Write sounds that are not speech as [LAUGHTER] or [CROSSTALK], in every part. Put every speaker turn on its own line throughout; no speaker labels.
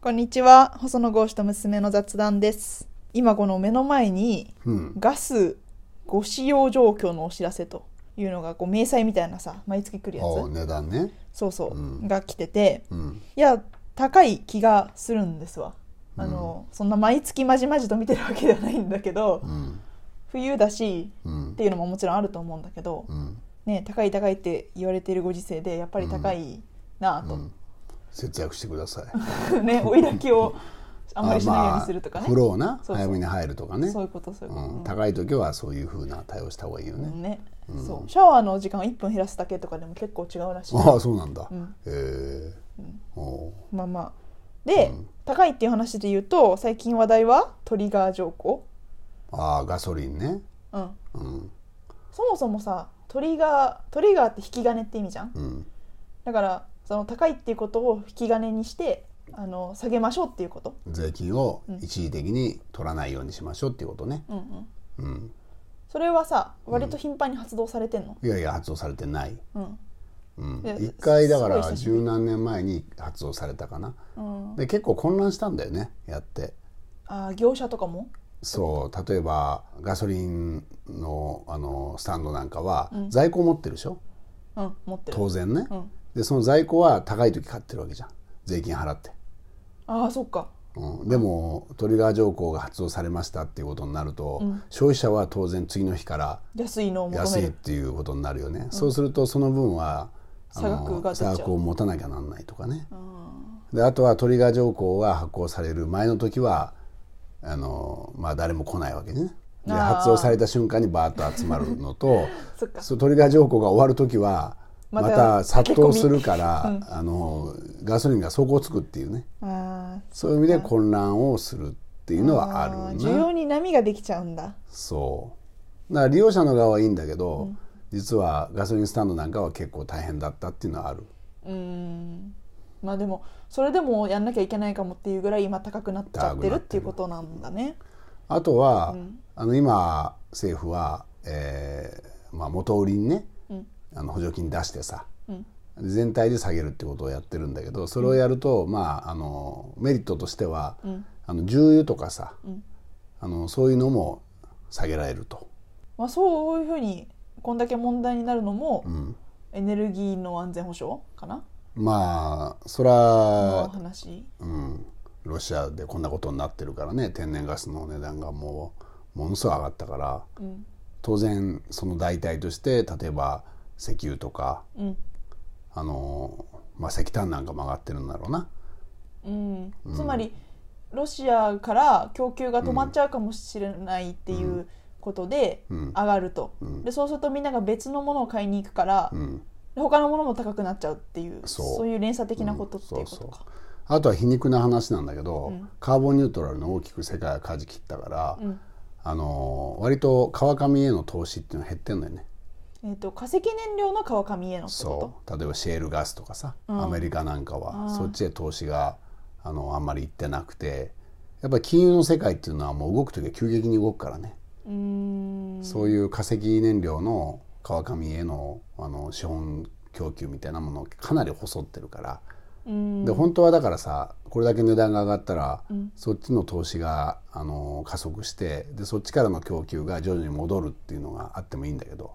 こんにちは細野豪志と娘の雑談です今この目の前に
うん。
ガスご使用状況のお知らせというのがこう明細みたいなさ毎月来るや
お
つ
値段ね。
そうそう、
うん
が来てて
うん。
いや高い気がするんですわあの、そんな毎月まじまじと見てるわけではないんだけど
うん。
冬だし
うん
って。いうのももちろんあると思うんだけど、
うん。
ね高い高いって言われているご時世でやっぱり高いな
う
ぁ
ん。節約してください。
と、 [LAUGHS] ね追い焚きをあんまりしないようにするとかね、
風呂をな、
そうそう
早めに入るとかね
そう。いうことそういうこ
うん。
と、
高い時はそういう風な対応した方がいいよ
うん
ね。
ねそうシャワーの時間を1分減らすだけとかでも結構違うらしい
ああ、そうなんだ
ん。
へえ。おう
まあまあで、高いっていう話で言うと最近話題はトリガー条項、
ああ、ガソリンね。
うん、
うん。
そもそもさトリガートリガーって引き金って意味じゃん
うん。
だからその高いっていうことを引き金にしてあの下げましょうっていうこと、
税金を一時的に取らないようにしましょうっていうことね。
うんうん、
うん。
それはさ割と頻繁に発動されてんの、
いやいや、発動されてない。
うん
うん
いや
一回だか
すごい
ら
久しぶ
十何年前に発動されたかな。
うん、
で、結構混乱したんだよね。やって。
あー業者とかも
そう例えばガソリンのあのスタンドなんかは在庫持ってるでしょ、
うん持ってる
当然ね、
うん
でその在庫は高い時買ってるわけじゃん税金払って、
ああそっか
うん、でもトリガー条項が発動されましたっていうことになると、消費者は当然次の日から
安いのを求
安
め
いっ
る
ていうことになるよね、そうするとその分はあの
差額が出ちゃう
差額を持たなきゃなんないとかね、であとはトリガー条項が発行される前の時はあの、まあ、誰も来ないわけねで
あー
発動された瞬間にバーッと集まるのと
[LAUGHS] そっか
そうトリガー条項が終わる時は
ま
ま
た
た殺
駆け込
到
み
するから、あのガソリンが底をつくっていうね
あ
そういう意味で混乱をするっていうの
ー
はある
あー
な
需要に波ができちゃうんだ
そうだから利用者の側はいいんだけど、実はガソリンスタンドなんかは結構大変だったっていうのはある
うーんまあでもそれでもやんなきゃいけないかもっていうぐらい今高くなっちゃってるっていうことなんだね
あとは、あの今政府は、えーまあ、元売りにね、あの補助金出してさ、全体で下げるってことをやってるんだけどそれをやると、まあ、あのメリットとしては、あの重油とかさ、あのそういうのも下げられると。
まあそういうふうにこんだけ問題になるのも、エネルギーの安全保障かな
まあそ
の
ら、
話
うん、ロシアでこんなことになってるからね天然ガスの値段がもうものすごい上がったから、当然その代替として例えば石油とか、
うん
あのまあ、石炭なんかも上がってるんだろうな
うん、つまりロシアから供給が止まっちゃうかもしれないっていうことで上がると、でそうするとみんなが別のものを買いに行くから、
ん
で他のものも高くなっちゃうっていうそ
そうう
いう連鎖的なことってい
そうう
こ
そ
と
う
か、
あとは皮肉な話なんだけど、カーボンニュートラルの大きく世界が舵切ったから、あの割と川上への投資っていうのは減ってんのよね
えー、と化石燃料の川上へのってこ
そう例えばシェールガスとかさ、アメリカなんかはそっちへ投資があのあんまり行ってなくてやっぱり金融の世界っていうのはもう動く時は急激に動くからね、
とうーん
そういう化石燃料の川上へのあの資本供給みたいなものをかなり細ってるから、
うん
で本当はだからさこれだけ値段が上がったら、そっちの投資があの加速してでそっちからの供給が徐々に戻るっていうのがあってもいいんだけど、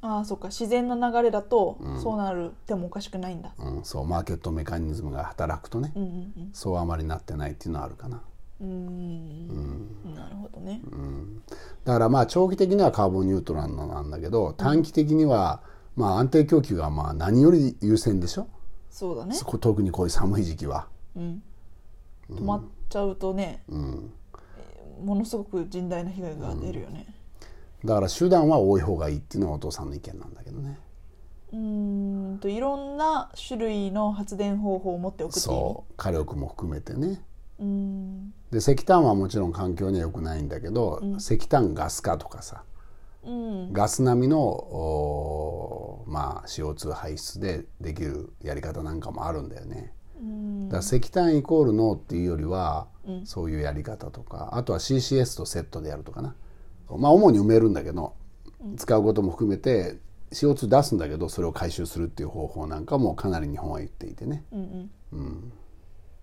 ああそうか自然の流れだとそうなるってもおかしくないんだ、
うん、そうマーケットメカニズムが働くとね、
うんうんうん
そうあまりなってないっていうのはあるかな。
うーんなるほどね、
だからまあ長期的にはカーボンニュートラルなんだけど短期的にはまあ安定供給がまあ何より優先でしょ
そうだね
そこ特にこういう寒い時期は。
止まっちゃうとね、
ん
ものすごく甚大な被害が出るよね
だから手段は多い方がいいっていうのがお父さんの意見なんだけどね。
うーんといろんな種類の発電方法を持っておくっていう意味
そう火力も含めてね。
うーん
で石炭はもちろん環境には良くないんだけど、石炭ガス化とかさ
うん
ガス並みの、おーまあ、CO2 排出でできるやり方なんかもあるんだよね。
うん
だから石炭イコールノーっていうよりは、そういうやり方とかあとは CCS とセットでやるとかなまあ主に埋めるんだけど、使うことも含めて CO2 出すんだけどそれを回収するっていう方法なんかもかなり日本は言っていてね、
うんうん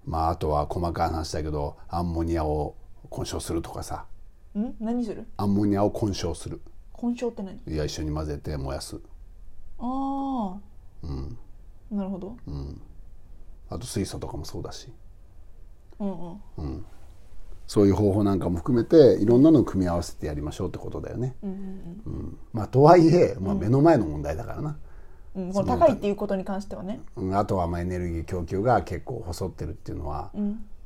まあ、あとは細かい話だけどアンモニアを混焼するとかさ
ん何する
アンモニアを混焼する
混焼って何
いや一緒に混ぜて燃やす、
あ
うん
あなるほど
うん、あと水素とかもそうだし
うんうん
そういう方法なんかも含めていろんなのを組み合わせてやりましょうってことだよね。うんまあ、とはいえ、まあ、目の前の問題だからな。
うん、この高いっていうことに関してはね
うんあとはまあエネルギー供給が結構細ってるっていうのは、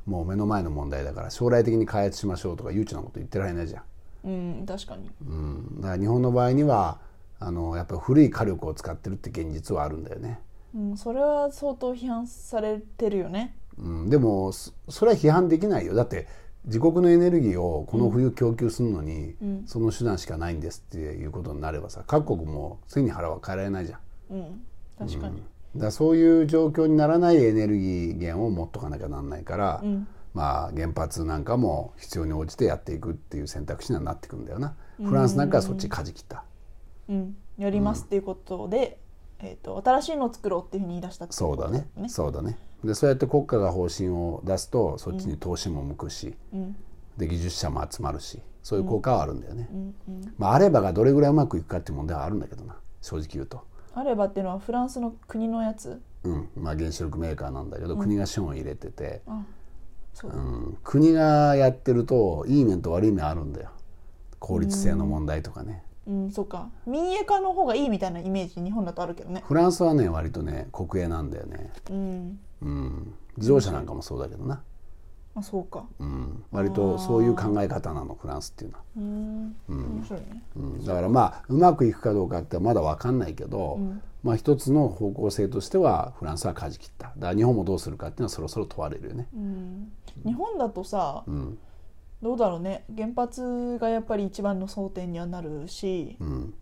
もう目の前の問題だから将来的に開発しましょうとか誘致なこと言ってられないじゃん、
うん確かに
うん、だから日本の場合にはあのやっぱり古い火力を使ってるって現実はあるんだよね、
うん、それは相当批判されてるよね。
うん、でもそそれは批判できないよだって自国のエネルギーをこの冬供給するのに、その手段しかないんですっていうことになればさ各国も背に腹は変えられないじゃん。
うん、確かに。
だからそういう状況にならないエネルギー源を持っとかなきゃなんないから、まあ、原発なんかも必要に応じてやっていくっていう選択肢にはなってくんだよなフランスなんかはそっち舵切った、
うん、やりますっていうことで、えっ、と新しいのを作ろうっていうふうに言い出したってい
そう
こ
だ
と
ねそうだねでそうやって国家が方針を出すとそっちに投資も向くし、で技術者も集まるしそういう効果はあるんだよね、まあ、あればがどれぐらいうまくいくかっていう問題はあるんだけどな正直言うと。
あればっていうのはフランスの国のやつ。
うんまあ、原子力メーカーなんだけど国が資本を入れてて、、
そううん
国がやってるといい面と悪い面あるんだよ効率性の問題とかね、
うん、そうか。民営化の方がいいみたいなイメージ日本だとあるけどね。
フランスはね割とね国営なんだよね、
うん、
うん、自動車なんかもそうだけどな、
あそうか。
うん、割とそういう考え方なのフランスっていうのは、
うん、面白いね。
うん、だからまあうまくいくかどうかってまだ分かんないけど、まあ、一つの方向性としてはフランスは舵切っただから日本もどうするかっていうのはそろそろ問われるよね、
日本だとさ、
ん
どうだろうね。原発がやっぱり一番の争点にはなるし、
うん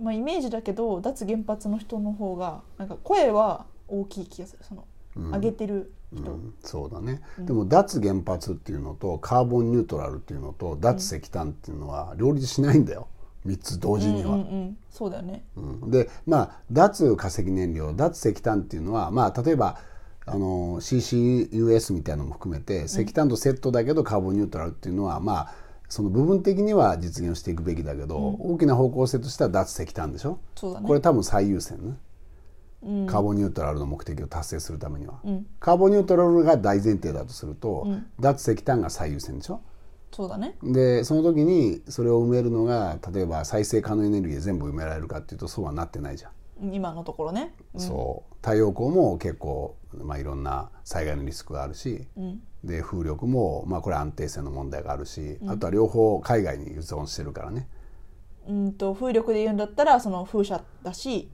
まあイメージだけど脱原発の人の方がなんか声は大きい気がする。その、上げてる人。
うんそうだね、でも脱原発っていうのとカーボンニュートラルっていうのと脱石炭っていうのは両立しないんだよ3つ同時には。
うんうん、そうだよね。
うんでまあ脱化石燃料脱石炭っていうのは、まあ、例えばあの CCUS みたいなのも含めて石炭とセットだけどカーボンニュートラルっていうのは、まあその部分的には実現していくべきだけど、大きな方向性としては脱石炭でしょ
そうだね
これ多分最優先ね、カーボンニュートラルの目的を達成するためには、カーボンニュートラルが大前提だとすると、脱石炭が最優先でしょ
そうだね。
でその時にそれを埋めるのが例えば再生可能エネルギーで全部埋められるかっていうとそうはなってないじゃん、
今のところね。
そう太陽光も結構、まあ、いろんな災害のリスクがあるし、で風力も、まあ、これ安定性の問題があるし、あとは両方海外に依存してるからね
うんと風力で言うんだったらその風車だし、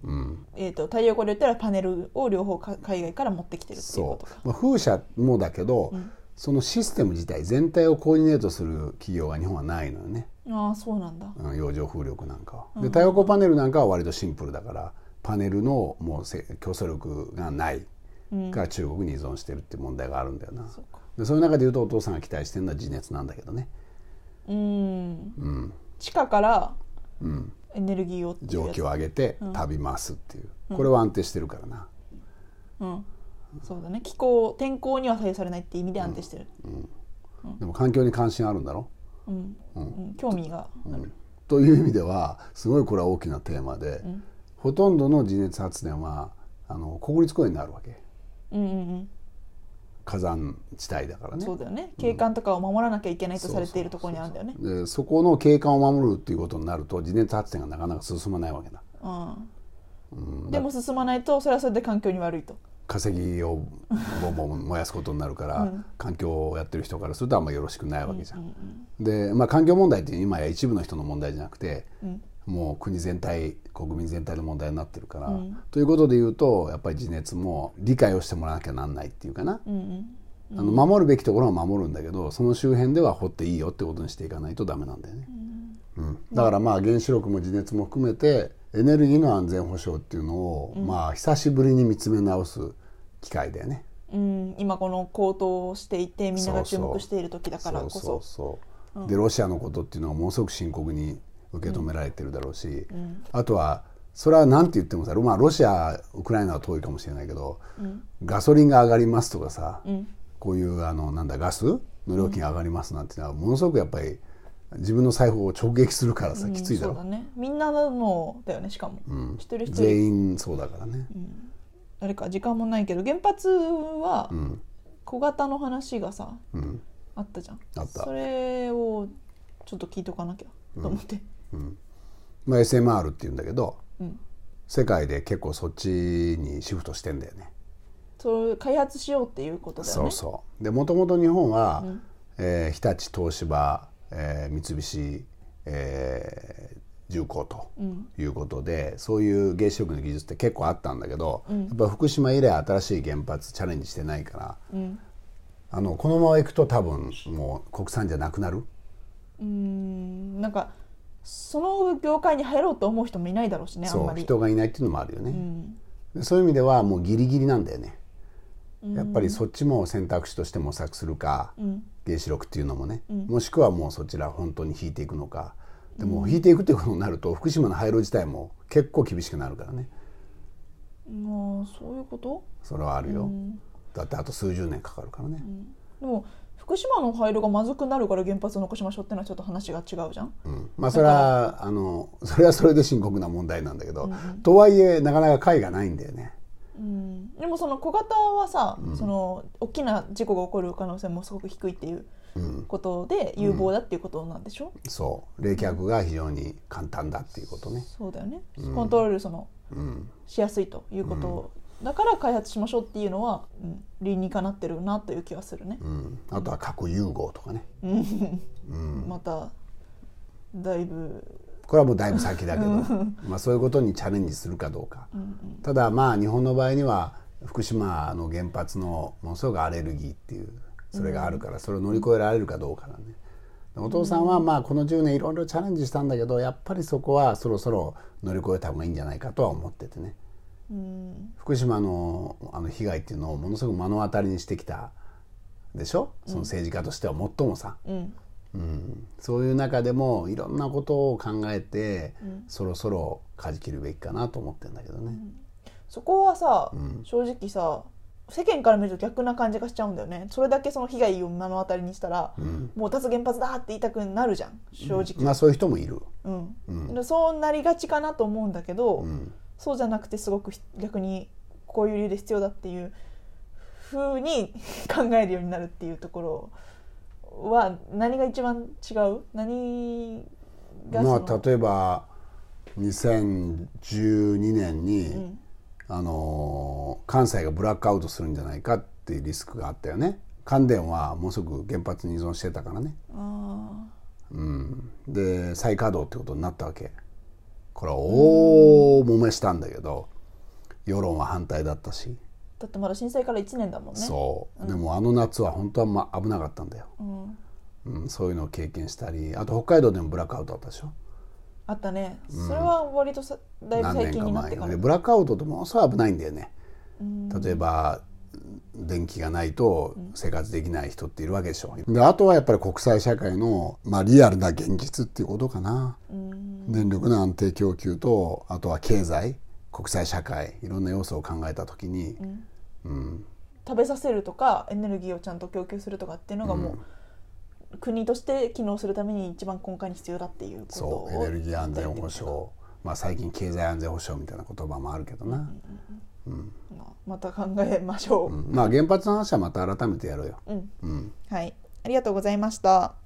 えー、と太陽光で言ったらパネルを両方か海外から持ってきてるっていうこと
そ
か
う、まあ、風車もだけど、そのシステム自体全体をコーディネートする企業が日本はないのよね、
ああそうなんだ
うん、洋上風力なんかは、で太陽光パネルなんかは割とシンプルだからパネルのもうせ競争力がないから中国に依存してるって問題があるんだよな、
うか
でそういう中でいうとお父さんが期待してるのは地熱なんだけどね
地下からエネルギーをっていう
蒸
やつ
気を上げて旅回すっていう、これは安定してるからな、
そうだね気候天候には左右されないって意味で安定してる、
でも環境に関心あるんだろ
うん興味がある、
という意味ではすごいこれは大きなテーマで、ほとんどの地熱発電はあの国立公園になるわけ
うん、うんうん
火山地帯だからね
そうだよね景観とかを守らなきゃいけないとされているところにあるんだよね
でそこの景観を守るっていうことになると地熱発電がなかなか進まないわけだ
うんでも進まないとそれはそれで環境に悪いと
化石をボンボン燃やすことになるから、環境をやってる人からするとあんまよろしくないわけじゃん。で、まあ、環境問題って今や一部の人の問題じゃなくて、もう国全体国民全体の問題になってるから、ということで言うとやっぱり地熱も理解をしてもらわなきゃなんないっていうかな、あの守るべきところは守るんだけどその周辺では掘っていいよってことにしていかないとダメなんだよね。うん、だからまあ原子力も地熱も含めてエネルギーの安全保障っていうのを、まあ久しぶりに見つめ直す機会だよね。
うん、今この高騰していてみんなが注
そうそう
目している時だからこそ
そうそうそうでロシアのことっていうのはものすごく深刻に受け止められてるだろうし、あとはそれは何て言ってもさ、まあ、ロシアウクライナは遠いかもしれないけど、ガソリンが上がりますとかさ、こういうあのなんだガスの料金が上がりますなんていうのはものすごくやっぱり自分の財布を直撃するからさ、きついだろ、
うんそうだねみんなのだよねしかも、
うん
一人一人
全員そうだからね、
誰か時間もないけど原発は
うん
小型の話がさ
うん
あったじゃん
あった
それをちょっと聞いとかなきゃと思って、
まあ、SMR っていうんだけど、
ん
世界で結構そっちにシフトしてんだよね。
そう開発しようっていうことだよね
そうそうでもともと日本は、えー日立東芝、えー三菱、えー重工ということで、そういう原子力の技術って結構あったんだけど、やっぱ福島以来新しい原発チャレンジしてないから、あのこのままいくと多分もう国産じゃなくなる。
うーんなんかその業界に入ろうと思う人もいないだろうしねあん
そ
ま
う
り
人がいないっていうのもあるよね、でそういう意味ではもうギリギリなんだよね、やっぱりそっちも選択肢として模索するか、原子力っていうのもね、もしくはもうそちら本当に引いていくのかでも引いていくっていうことになると福島の廃炉自体も結構厳しくなるからね
もうそういうこと
それはあるよ、だってあと数十年かかるからね、
でも福島の廃炉がまずくなるから原発を残しましょうってのはちょっと話が違うじゃん、
うんまあそれはあのそれはそれで深刻な問題なんだけど、とはいえなかなか解がないんだよね
うんでもその小型はさ、その大きな事故が起こる可能性もすごく低いっていうことで有望だっていうことなんでしょ、
そう冷却が非常に簡単だっていうことね
そうだよね、コントロールその、しやすいということ、だから開発しましょうっていうのは、うん、理にかなってるなという気はするね、
うん、あとは核融合とかね、
まただいぶ
これはもうだいぶ先だけど、まあ、そういうことにチャレンジするかどうか、ただまあ日本の場合には福島の原発のものすごくアレルギーっていうそれがあるからそれを乗り越えられるかどうかなんでお父さんはまあこの10年いろいろチャレンジしたんだけどやっぱりそこはそろそろ乗り越えた方がいいんじゃないかとは思っててね、福島のあの被害っていうのをものすごく目の当たりにしてきたでしょその政治家としては最もさ、
うん
うん、そういう中でもいろんなことを考えて、そろそろ舵切るべきかなと思ってんだけどね、
そこはさ、正直さ世間から見ると逆な感じがしちゃうんだよねそれだけその被害を目の当たりにしたら、もう脱原発だって言いたくなるじゃん正直、
まあそういう人もいる、
うんでそうなりがちかなと思うんだけど、そうじゃなくてすごくひ逆にこういう理由で必要だっていうふうに [LAUGHS] 考えるようになるっていうところは何が一番違う何がその、
まあ例えば2012年に、あのー関西がブラックアウトするんじゃないかっていうリスクがあったよね関電はもうすぐ原発に依存してたからね、
あ
うん、で再稼働ってことになったわけこれは大揉めしたんだけど世論は反対だったし
ーだってまだ震災から1年だもんね
そう、でもあの夏は本当は、ま、危なかったんだよ、
ん
うん、そういうのを経験したりあと北海道でもブラックアウトあったでしょ
あったねそれは割とさだいぶ
何
最
年
近
か
になっ
前
てか
に
ら
でブラックアウトってものすごい危ないんだよね例えば電気がないと生活できない人っているわけでしょであとはやっぱり国際社会の、まあ、リアルな現実っていうことかな電力の安定供給とあとは経済国際社会いろんな要素を考えた時に、
食べさせるとかエネルギーをちゃんと供給するとかっていうのがもう、国として機能するために一番根幹に必要だっていうことを
そうエネルギー安全保障、まあ、最近経済安全保障みたいな言葉もあるけどな、
まあまた考えましょう、
まあ原発の話はまた改めてやろうよ。
はいありがとうございました